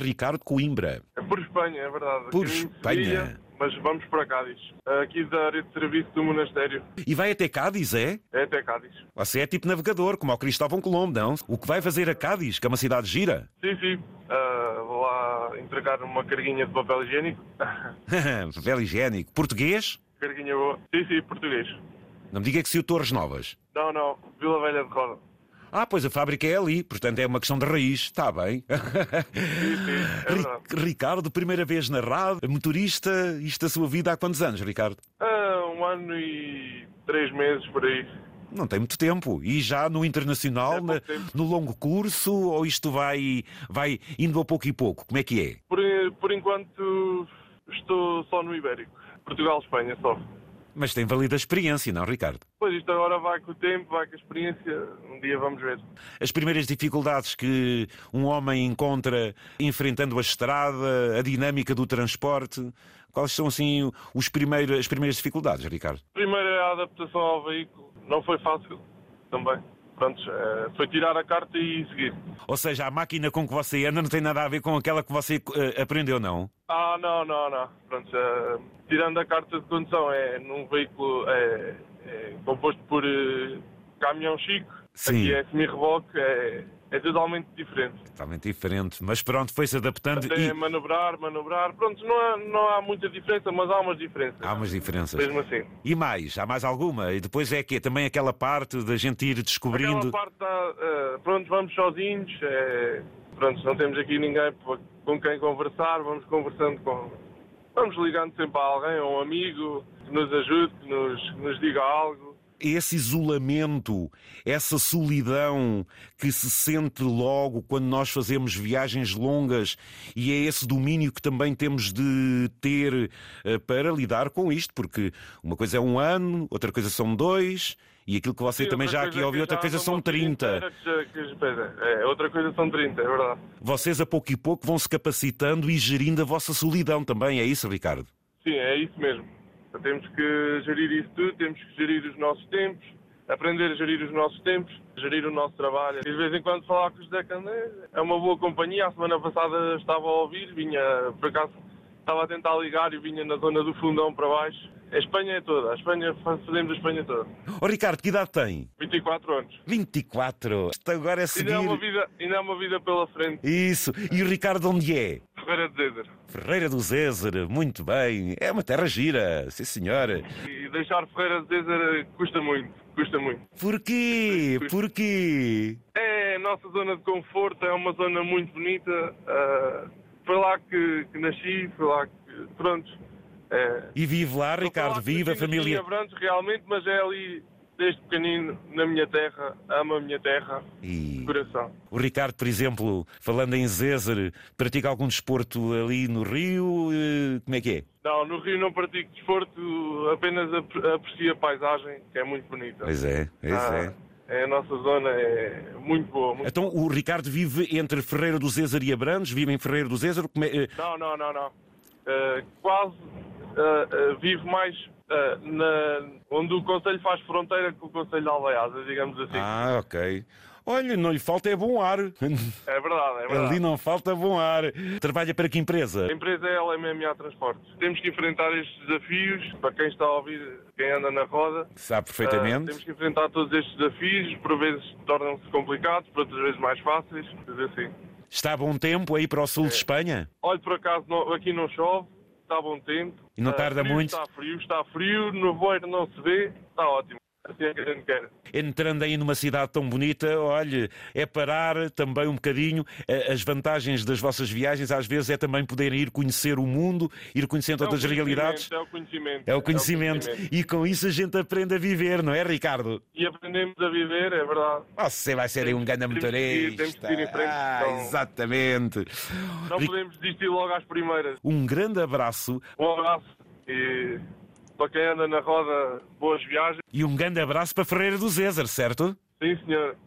Ricardo Coimbra. Por Espanha, é verdade. Por Caminho de Espanha. Sevilha, mas vamos para Cádiz. Aqui da área de serviço do monastério. E vai até Cádiz, é? É até Cádiz. Você é tipo navegador, como ao Cristóvão Colombo, não? O que vai fazer a Cádiz, que é uma cidade gira? Sim, sim. Ah, vou lá entregar uma carguinha de papel higiênico. Papel higiênico. Português? carguinha boa. Sim, sim, português. Não me diga que se o Torres Novas. Não, não. Vila Velha de Roda. Ah, pois a fábrica é ali, portanto é uma questão de raiz, está bem. Sim, sim, é Ri- verdade. Ricardo, primeira vez na rádio, motorista, isto a sua vida há quantos anos, Ricardo? Ah, um ano e três meses por aí. Não tem muito tempo. E já no internacional, É pouco na- tempo. no longo curso, ou isto vai, vai indo a pouco e pouco? Como é que é? Por, por enquanto estou só no Ibérico. Portugal, Espanha só. Mas tem valida experiência, não, Ricardo? Pois isto agora vai com o tempo, vai com a experiência. Um dia vamos ver. As primeiras dificuldades que um homem encontra enfrentando a estrada, a dinâmica do transporte, quais são assim os primeiros, as primeiras dificuldades, Ricardo? Primeiro é a adaptação ao veículo. Não foi fácil também. Pronto, eh, foi tirar a carta e seguir. Ou seja, a máquina com que você anda não tem nada a ver com aquela que você eh, aprendeu, não? Ah, não, não, não. Pronto, eh, tirando a carta de condução é num veículo é, é composto por eh, caminhão chico. Sim. Aqui é semi-reboque, é, é totalmente diferente. Totalmente diferente, mas pronto, foi-se adaptando Até e manobrar, manobrar. Pronto, não há, não há muita diferença, mas há umas diferenças. há umas diferenças. Mesmo assim. E mais, há mais alguma? E depois é que também aquela parte da gente ir descobrindo. Aquela parte da. eh, pronto, vamos sozinhos. eh, pronto, não temos aqui ninguém p- com quem conversar. Vamos conversando com. Vamos ligando sempre a alguém, a um amigo que nos ajude, que nos, que nos diga algo. Esse isolamento, essa solidão que se sente logo quando nós fazemos viagens longas e é esse domínio que também temos de ter eh, para lidar com isto, porque uma coisa é um ano, outra coisa são dois, e aquilo que você E também já outra aqui coisa ouviu, que outra já coisa anda são uma vida 30. inteira que já- que já- pois é, é, outra coisa são 30, é verdade. Vocês a pouco e pouco vão se capacitando e gerindo a vossa solidão também, é isso, Ricardo? Sim, é isso mesmo. Temos que gerir isso tudo, temos que gerir os nossos tempos, aprender a gerir os nossos tempos, gerir o nosso trabalho. E de vez em quando falar com o José Candeia é uma boa companhia. A semana passada estava a ouvir, vinha, por acaso, estava a tentar ligar e vinha na zona do fundão para baixo. A Espanha é toda, a Espanha, fazemos a Espanha toda. Ó Oh, Ricardo, que idade tem? 24 anos. 24. Isto agora é Ainda um há uma seguir. vida, ainda há uma vida pela frente. Isso. E o Ricardo onde é? Ferreira de Zézer. Ferreira do Zézer, muito bem. É uma terra gira, sim senhora. E deixar Ferreira de Zézer custa muito, custa muito. Porquê? Porquê? É a nossa zona de conforto, é uma zona muito bonita. ah, foi lá que, que nasci, foi lá que. Pronto. É. E vive lá, Não assim foi lá Ricardo, que vive a nasci na Quinta família. Abrantes, realmente, mas é ali, desde pequenino, na minha terra. Amo a minha terra, E de coração. o Ricardo, por exemplo, falando em Zézer, pratica algum desporto ali no Rio? Eh, Como é que é? Não, no Rio não pratico desporto, apenas ap- aprecio a paisagem, que é muito bonita. Pois é, pois Ah, é. é a nossa zona, é muito boa. muito- Então o Ricardo vive entre Ferreira do Zézer e Abrantes, vive em Ferreira do Zézer. Como é- eh, Não, não, não, não. Eh, quase eh, eh, vivo mais eh, na, onde o Conselho faz fronteira com o Conselho de Aldeiasa, digamos assim. Ah, ok. Olha, não lhe falta é bom ar. É verdade, é verdade. Ali não falta bom ar. Trabalha para que empresa? A empresa é a LMMA Transportes. Temos que enfrentar estes desafios, para quem está a ouvir, quem anda na roda. Sabe eh, perfeitamente. temos que enfrentar todos estes desafios, por vezes tornam-se complicados, por outras vezes mais fáceis, mas assim. Está a bom tempo aí para o É. sul de Espanha? Olha, por acaso, não- aqui não chove, está bom tempo. E não Eh, tarda frio, muito? Está frio, está frio, no voeiro não se vê, está ótimo. Assim é que a gente quer. Entrando aí numa cidade tão bonita, olhe, é parar também um bocadinho. A- As vantagens das vossas viagens às vezes é também poderem ir conhecer o mundo, ir conhecendo É o outras conhecimento, realidades. É o conhecimento. É o conhecimento. E com isso a gente aprende a viver, não é, Ricardo? E aprendemos a viver, é verdade. Você vai ser aí um grande Temos que ir- motorista. temos que ir em frente, Ah, então. exatamente. Não Ri- podemos desistir logo às primeiras. Um grande abraço Um abraço e para quem anda na roda, boas viagens. e um grande abraço para Ferreira do César, certo? Sim, senhor.